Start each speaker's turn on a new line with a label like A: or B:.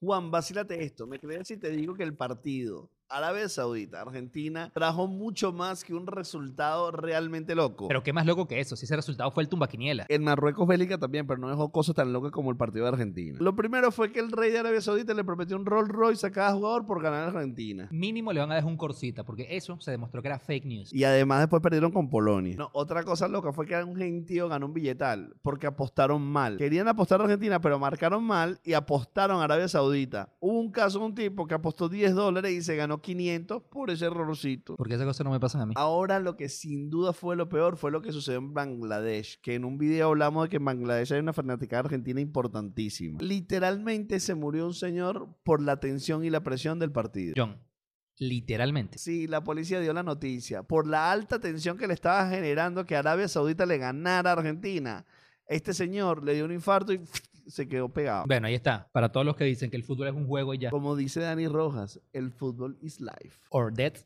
A: Juan, vacílate esto. ¿Me crees si te digo que el partido Arabia Saudita, Argentina, trajo mucho más que un resultado realmente loco?
B: Pero qué más loco que eso, si ese resultado fue el tumbaquiniela.
A: En Marruecos Bélica también, pero no dejó cosas tan locas como el partido de Argentina. Lo primero fue que el rey de Arabia Saudita le prometió un Rolls Royce a cada jugador por ganar a Argentina.
B: Mínimo le van a dejar un corsita, porque eso se demostró que era fake news.
A: Y además después perdieron con Polonia. No, otra cosa loca fue que un gentío ganó un billetal porque apostaron mal. Querían apostar a Argentina, pero marcaron mal y apostaron a Arabia Saudita. Hubo un caso de un tipo que apostó 10 dólares y se ganó 500 por ese errorcito.
B: Porque esas cosas no me pasan a mí.
A: Ahora lo que sin duda fue lo peor fue lo que sucedió en Bangladesh, que en un video hablamos de que en Bangladesh hay una fanática argentina importantísima. Literalmente se murió un señor por la tensión y la presión del partido.
B: John, literalmente.
A: Sí, la policía dio la noticia. Por la alta tensión que le estaba generando que Arabia Saudita le ganara a Argentina, este señor le dio un infarto y se quedó pegado.
B: Bueno, ahí está. Para todos los que dicen que el fútbol es un juego y ya.
A: Como dice Dani Rojas, el fútbol is life.
B: Or death